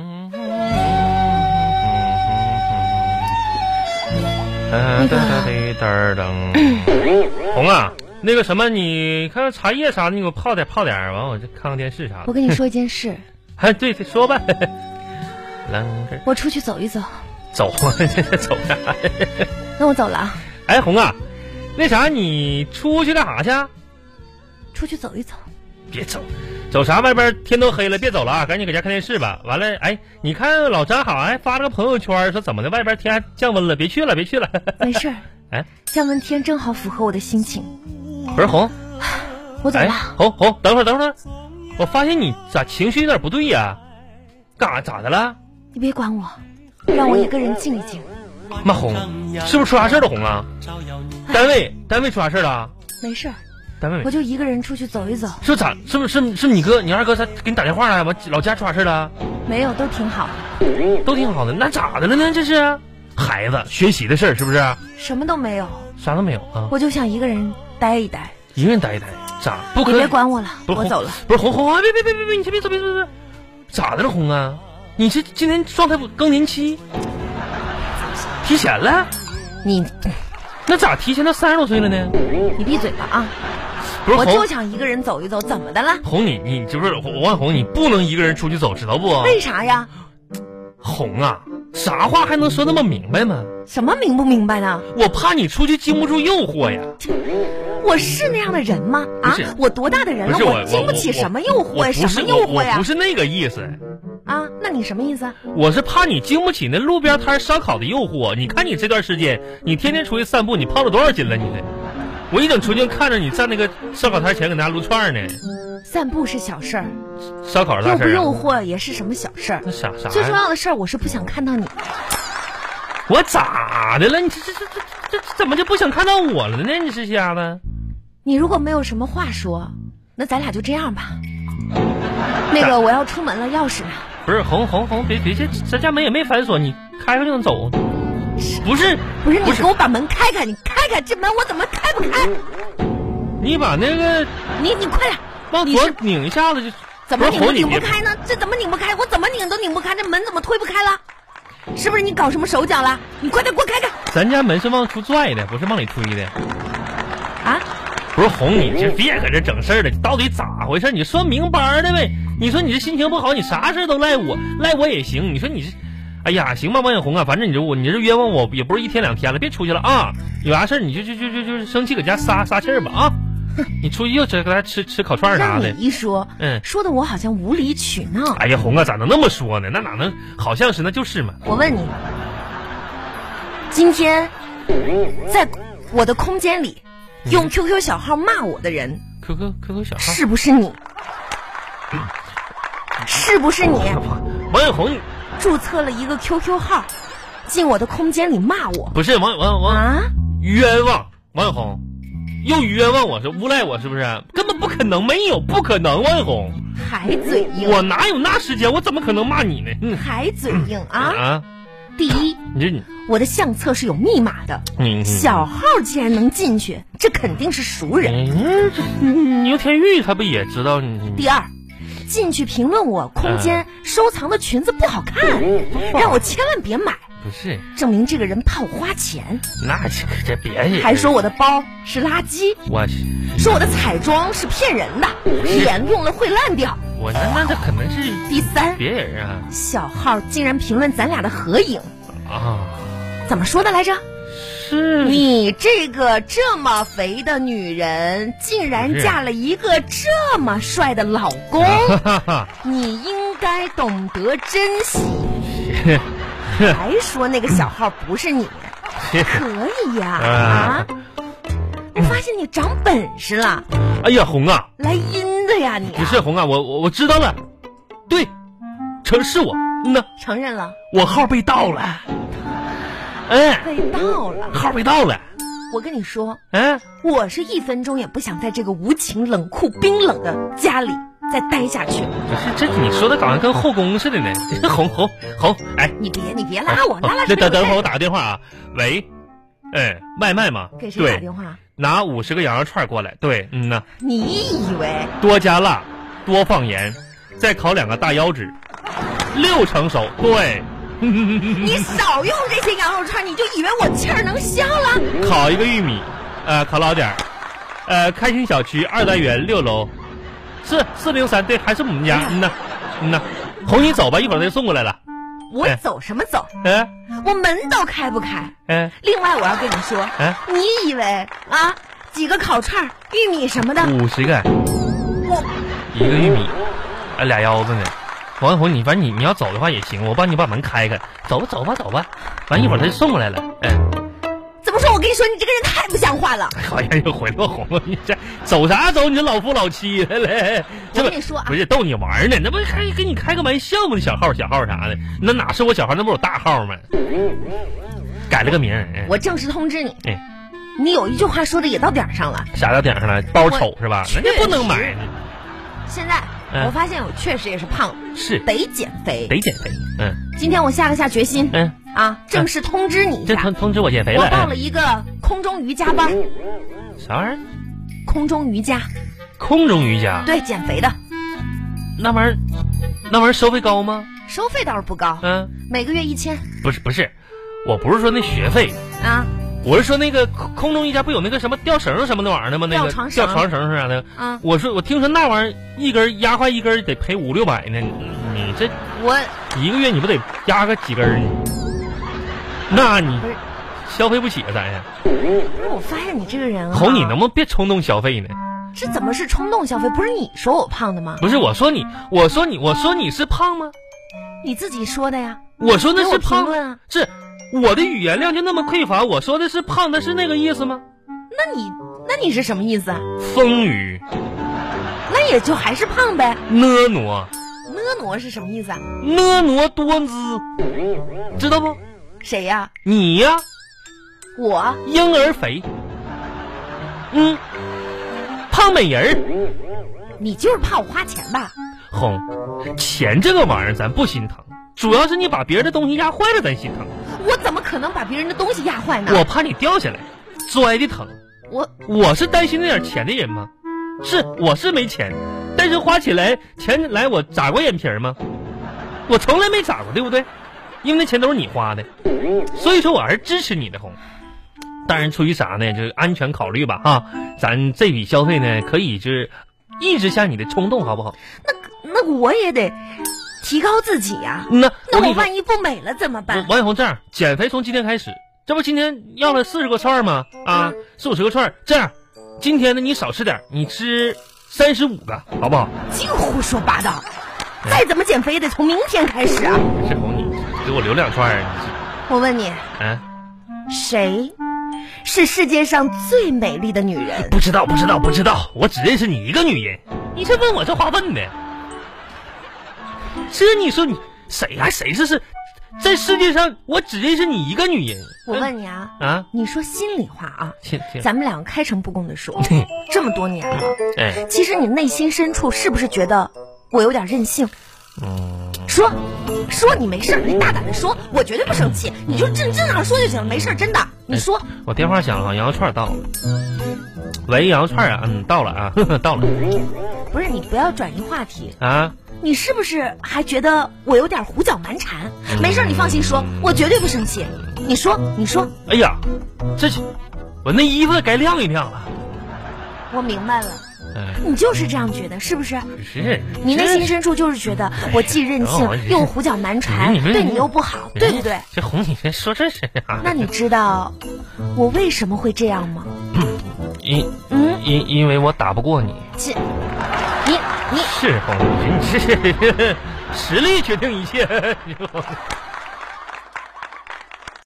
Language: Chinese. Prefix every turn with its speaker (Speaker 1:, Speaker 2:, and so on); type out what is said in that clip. Speaker 1: 嗯
Speaker 2: 那个
Speaker 1: 噔 噔，红啊，那个什么，你看看茶叶啥的，你给我泡点泡点儿，完我就看看电视啥
Speaker 2: 我
Speaker 1: 的。
Speaker 2: 跟你说一件事，
Speaker 1: 哎，对，对说吧。 啷个
Speaker 2: 我出去走一走。
Speaker 1: 走 啊，走啥呀？
Speaker 2: 那我走了啊，
Speaker 1: 哎，红啊，那啥，你出去干啥去啊？
Speaker 2: 出去走一走。
Speaker 1: 别走，走啥？外边天都黑了，别走了啊！赶紧搁家看电视吧。完了，哎，你看老张好像还发了个朋友圈，说怎么的？外边天还降温了，别去了，别去了。
Speaker 2: 没事儿，
Speaker 1: 哎，
Speaker 2: 降温天正好符合我的心情。
Speaker 1: 不是红，
Speaker 2: 我走
Speaker 1: 哎
Speaker 2: 了，，
Speaker 1: 红红，等会儿，等会儿，我发现你咋情绪有点不对呀、干啥？咋的了？
Speaker 2: 你别管我，让我一个人静一静。
Speaker 1: 妈红，是不是出啥事儿了？红啊，单位单位出啥事儿了？
Speaker 2: 没事儿，
Speaker 1: 单位没
Speaker 2: 我就一个人出去走一走，
Speaker 1: 是咋？是不是是不是是不是你哥你二哥他给你打电话了？完老家出啥事儿了？
Speaker 2: 没有都挺好，
Speaker 1: 都挺好的，那咋的了呢？这是孩子学习的事儿是不是？
Speaker 2: 什么都没有，
Speaker 1: 啥都没有啊，
Speaker 2: 我就想一个人待一待。
Speaker 1: 一个人待一待，咋不
Speaker 2: 你
Speaker 1: 可以
Speaker 2: 别？管我了，
Speaker 1: 不是
Speaker 2: 我
Speaker 1: 红
Speaker 2: 走了。，
Speaker 1: 不是红红啊！别别别别别，你先别走别走别走，咋的了红啊？你这今年状态不更年期，提前了？
Speaker 2: 你
Speaker 1: 那咋提前到三十多岁了呢？
Speaker 2: 你闭嘴吧啊！
Speaker 1: 不是
Speaker 2: 我就
Speaker 1: 红
Speaker 2: 想一个人走一走，怎么的了？
Speaker 1: 红你你就是王万红，你不能一个人出去走，知道不？
Speaker 2: 为啥呀？
Speaker 1: 红啊，啥话还能说那么明白吗？
Speaker 2: 什么明不明白呢？
Speaker 1: 我怕你出去经不住诱惑呀。
Speaker 2: 我是那样的人吗？啊
Speaker 1: 不是，
Speaker 2: 我多大的人
Speaker 1: 不
Speaker 2: 了，
Speaker 1: 是我
Speaker 2: 经不起什么诱惑呀？
Speaker 1: 我不是
Speaker 2: 什么诱惑
Speaker 1: 我我
Speaker 2: 呀
Speaker 1: 不？是那个意思，哎
Speaker 2: 啊，那你什么意思？
Speaker 1: 我是怕你经不起那路边摊烧烤的诱惑。你看你这段时间，你天天出去散步，你胖了多少斤了？你这，我一整出去看着你站那个烧烤摊前搁那撸串呢，
Speaker 2: 散步是小事儿，
Speaker 1: 烧烤是
Speaker 2: 诱
Speaker 1: 大
Speaker 2: 不
Speaker 1: 事儿
Speaker 2: 诱
Speaker 1: 啊。
Speaker 2: 惑也是什么小事儿。
Speaker 1: 那啥啥
Speaker 2: 最重
Speaker 1: 呀？
Speaker 2: 要的事儿，我是不想看到你。
Speaker 1: 我咋的了？你这这这这这这怎么就不想看到我了呢？你这瞎子！
Speaker 2: 你如果没有什么话说，那咱俩就这样吧。那个，我要出门了，钥匙呢？
Speaker 1: 不是红红红，别别这咱家门也没反锁，你开开就能走。啊不是
Speaker 2: 不是你
Speaker 1: 不是
Speaker 2: 给我把门开开，你开开这门，我怎么开不开？
Speaker 1: 你把那个
Speaker 2: 你你快点，
Speaker 1: 往
Speaker 2: 你
Speaker 1: 左
Speaker 2: 是
Speaker 1: 拧一下子就，
Speaker 2: 怎么拧
Speaker 1: 不
Speaker 2: 都
Speaker 1: 是红你
Speaker 2: 拧不
Speaker 1: 别
Speaker 2: 开呢？这怎么拧不开？我怎么拧都拧不开，这门怎么推不开了？是不是你搞什么手脚了？你快点给我开开
Speaker 1: 咱家门是往出拽的，不是往里推的。
Speaker 2: 啊！
Speaker 1: 不是哄你，这别搁这整事儿了，到底咋回事？你说明白的呗。你说你这心情不好，你啥事儿都赖我，赖我也行。你说你这，哎呀，行吧，王小红啊，反正你这我你这冤枉我也不是一天两天了，别出去了啊。有啥事儿你就就就就就生气搁家撒撒气儿吧啊。你出去又吃搁家吃吃烤串儿啥
Speaker 2: 让你
Speaker 1: 的，
Speaker 2: 一说，
Speaker 1: 嗯
Speaker 2: 说的我好像无理取闹。
Speaker 1: 哎呀，红啊，咋能那么说呢？那哪能好像是那就是嘛。
Speaker 2: 我问你，今天在我的空间里用 QQ 小号骂我的人
Speaker 1: QQ QQ 小号，
Speaker 2: 是不是你？是不是你
Speaker 1: 王小红
Speaker 2: 注册了一个 QQ 号，进我的空间里骂我
Speaker 1: 不是王王王
Speaker 2: 啊？
Speaker 1: 冤枉王永红，又冤枉我是诬赖我是不是？根本不可能，没有不可能，王永红，
Speaker 2: 还嘴硬，
Speaker 1: 我哪有那时间？我怎么可能骂你呢？嗯
Speaker 2: 还嘴硬啊！
Speaker 1: 啊，
Speaker 2: 第一，
Speaker 1: 你这你
Speaker 2: 我的相册是有密码的，
Speaker 1: 你
Speaker 2: 小号既然能进去，这肯定是熟人。
Speaker 1: 嗯，这牛天玉他不也知道你？
Speaker 2: 第二，进去评论我空间收藏的裙子不好看，让我千万别买，
Speaker 1: 不是，
Speaker 2: 证明这个人怕我花钱，
Speaker 1: 那这可这别人
Speaker 2: 还说我的包是垃圾，
Speaker 1: 我是
Speaker 2: 说我的彩妆是骗人的，脸用了会烂掉。
Speaker 1: 我那那这可能是
Speaker 2: 第三，
Speaker 1: 别人啊
Speaker 2: 小号竟然评论咱俩的合影，
Speaker 1: 啊
Speaker 2: 怎么说的来着？
Speaker 1: 是
Speaker 2: 你这个这么肥的女人，竟然嫁了一个这么帅的老公，
Speaker 1: 哈哈哈，
Speaker 2: 你应该懂得 珍惜。还说那个小号不是你，可以 呀啊
Speaker 1: 啊！
Speaker 2: 我发现你长本事了，
Speaker 1: 哎呀红啊，
Speaker 2: 来阴的呀你
Speaker 1: 不！是红啊，我我我知道了，对，成是我，嗯呐。
Speaker 2: 承认了，
Speaker 1: 我号被盗了，哎，
Speaker 2: 被盗了。
Speaker 1: 号被盗了，
Speaker 2: 我跟你说，
Speaker 1: 哎，
Speaker 2: 我是一分钟也不想在这个无情、冷酷、冰冷的家里再待下去。
Speaker 1: 不是这你说的好像跟后宫似的呢， 红红红，哎，
Speaker 2: 你别，你别拉我，
Speaker 1: 哎
Speaker 2: 拉拉
Speaker 1: 等
Speaker 2: 扯扯
Speaker 1: 等等会儿我打个电话啊，喂，哎，外卖吗？
Speaker 2: 给谁打
Speaker 1: 对，
Speaker 2: 电话？
Speaker 1: 拿五十个羊肉串过来，对，嗯呐，
Speaker 2: 你以为
Speaker 1: 多加辣，多放盐，再烤两个大腰子，六成熟，对，
Speaker 2: 你少用这些羊肉串，你就以为我气儿能消了？
Speaker 1: 烤一个玉米，呃，烤老点儿，呃，开心小区二单元六楼，是四零三，对，还是我们家，嗯呐，嗯呐，红你走吧，一会儿就送过来了，
Speaker 2: 我
Speaker 1: 哎
Speaker 2: 走什么走？
Speaker 1: 嗯、
Speaker 2: 我门都开不开。
Speaker 1: 嗯、
Speaker 2: 另外，我要跟你说，
Speaker 1: 嗯
Speaker 2: 你以为啊，几个烤串儿、玉米什么的，
Speaker 1: 五十个，
Speaker 2: 我
Speaker 1: 一个玉米，啊，俩腰子呢。王一红，你反正你你要走的话也行，我帮你把门开开，走吧走吧走吧，完一会儿他就送过来了，哎。
Speaker 2: 怎么说？我跟你说，你这个人太不像话了。
Speaker 1: 好像呃哎又回到红了，你这走啥走？你这老夫老妻的嘞？这
Speaker 2: 我
Speaker 1: 不
Speaker 2: 跟你说啊
Speaker 1: 不是逗你玩儿呢，那不还跟你开个玩笑吗？小号小号啥的，那哪是我小号，那不是我大号吗？改了个名儿，哎
Speaker 2: 我正式通知你，
Speaker 1: 哎
Speaker 2: 你有一句话说的也到点儿上了。
Speaker 1: 啥到点上了？包丑是吧？
Speaker 2: 确
Speaker 1: 人
Speaker 2: 实
Speaker 1: 家不能买，
Speaker 2: 现在、
Speaker 1: 嗯
Speaker 2: 我发现我确实也是胖了，
Speaker 1: 是
Speaker 2: 得减肥。
Speaker 1: 得减肥。嗯
Speaker 2: 今天我下了下决心、
Speaker 1: 嗯，
Speaker 2: 啊，正式通知你一
Speaker 1: 哎这
Speaker 2: 下，
Speaker 1: 通通知我减肥了
Speaker 2: 我。报了
Speaker 1: 嗯
Speaker 2: 一个空中瑜伽班，
Speaker 1: 啥玩意儿？
Speaker 2: 空中瑜伽，
Speaker 1: 空中瑜伽
Speaker 2: 对，减肥的，
Speaker 1: 那玩意儿，那玩意儿收费高吗？
Speaker 2: 收费倒是不高，
Speaker 1: 嗯，
Speaker 2: 每个月一千
Speaker 1: 不是不是，我不是说那学费，
Speaker 2: 啊。
Speaker 1: 我是说那个空空中瑜伽不有那个什么吊绳什么那玩意儿的吗？那个
Speaker 2: 吊床绳
Speaker 1: 吊床绳啥的。
Speaker 2: 嗯
Speaker 1: 我说我听说那玩意儿一根压坏一根儿得赔五六百呢，你你这
Speaker 2: 我
Speaker 1: 一个月你不得压个几根儿？那你
Speaker 2: 不是
Speaker 1: 消费不起啊，咱呀。
Speaker 2: 我发现你这个人啊，
Speaker 1: 红，你能不能别冲动消费呢？
Speaker 2: 这怎么是冲动消费？不是你说我胖的吗？
Speaker 1: 不是我说你，我说你，我说你是胖吗？
Speaker 2: 你自己说的呀。
Speaker 1: 我说那
Speaker 2: 给
Speaker 1: 是
Speaker 2: 我评
Speaker 1: 胖，
Speaker 2: 论啊。
Speaker 1: 是我的语言量就那么匮乏？我说的是胖，的是那个意思吗？
Speaker 2: 那你那你是什么意思啊？
Speaker 1: 丰腴、
Speaker 2: 那也就还是胖呗。
Speaker 1: 婀娜、
Speaker 2: 婀娜是什么意思啊？
Speaker 1: 婀娜多姿，知道不？
Speaker 2: 谁呀、
Speaker 1: 你呀、
Speaker 2: 我
Speaker 1: 婴儿肥，嗯，胖美人儿，
Speaker 2: 你就是怕我花钱吧？
Speaker 1: 哄，钱这个玩意儿咱不心疼，主要是你把别人的东西压坏了咱心疼，
Speaker 2: 我怎么可能把别人的东西压坏呢？
Speaker 1: 我怕你掉下来，摔的疼。
Speaker 2: 我
Speaker 1: 我是担心那点钱的人吗？是，我是没钱，但是花起来钱来我眨过眼皮儿吗？我从来没眨过，对不对？因为那钱都是你花的，所以说我还是支持你的红。当然，出于啥呢？就是安全考虑吧，哈、咱这笔消费呢，可以就是抑制下你的冲动，好不好？
Speaker 2: 那我也得提高自己呀、
Speaker 1: 嗯呐，我
Speaker 2: 那
Speaker 1: 跟
Speaker 2: 我
Speaker 1: 你说，
Speaker 2: 万一不美了怎么办
Speaker 1: 王？王小红这样，减肥从今天开始，这不今天要了四十个串儿吗？啊，四五十个串儿，这样，今天呢你少吃点儿，你吃三十五个，好不好？
Speaker 2: 净胡说八道！再怎么减肥也得从明天开始啊！
Speaker 1: 是红，你给我留两串儿，你
Speaker 2: 我问你，
Speaker 1: 这啊？
Speaker 2: 谁是世界上最美丽的女人？
Speaker 1: 不知道，不知道，不知道，我只认识你一个女人。你这问我这话问的，这你说你谁呀、谁是是？在世界上我只认识你一个女人。
Speaker 2: 我问你啊，
Speaker 1: 啊，
Speaker 2: 你说心里话啊，
Speaker 1: 亲亲，
Speaker 2: 咱们两个开诚布公的说，这么多年了，
Speaker 1: 哎，
Speaker 2: 其实你内心深处是不是觉得我有点任性？说，说你没事儿，你大胆的说，我绝对不生气，你就正正常说就行了，没事儿，真的，你说。
Speaker 1: 我电话响了，羊肉串儿到了。喂，羊肉串儿啊，嗯，到了啊， 呵呵到了
Speaker 2: 不是你不要转移话题，
Speaker 1: 啊。
Speaker 2: 你是不是还觉得我有点胡搅蛮缠？没事儿，你放心说，我绝对不生气。你说，你说，
Speaker 1: 哎呀，这是我那衣服该晾一晾了。
Speaker 2: 我明白了，
Speaker 1: 哎，
Speaker 2: 你就是这样觉得，是不是？
Speaker 1: 是
Speaker 2: 你内
Speaker 1: 这
Speaker 2: 心深处就是觉得我既任性
Speaker 1: 哎呀
Speaker 2: 又胡搅蛮缠，
Speaker 1: 嗯你们哎
Speaker 2: 对你又不好，对不对？？
Speaker 1: 这红，你这说这是啊啥？
Speaker 2: 那你知道我为什么会这样吗？
Speaker 1: 因
Speaker 2: 嗯，
Speaker 1: 因因为我打不过你，
Speaker 2: 这，你你
Speaker 1: 是红，你这实力决定一切。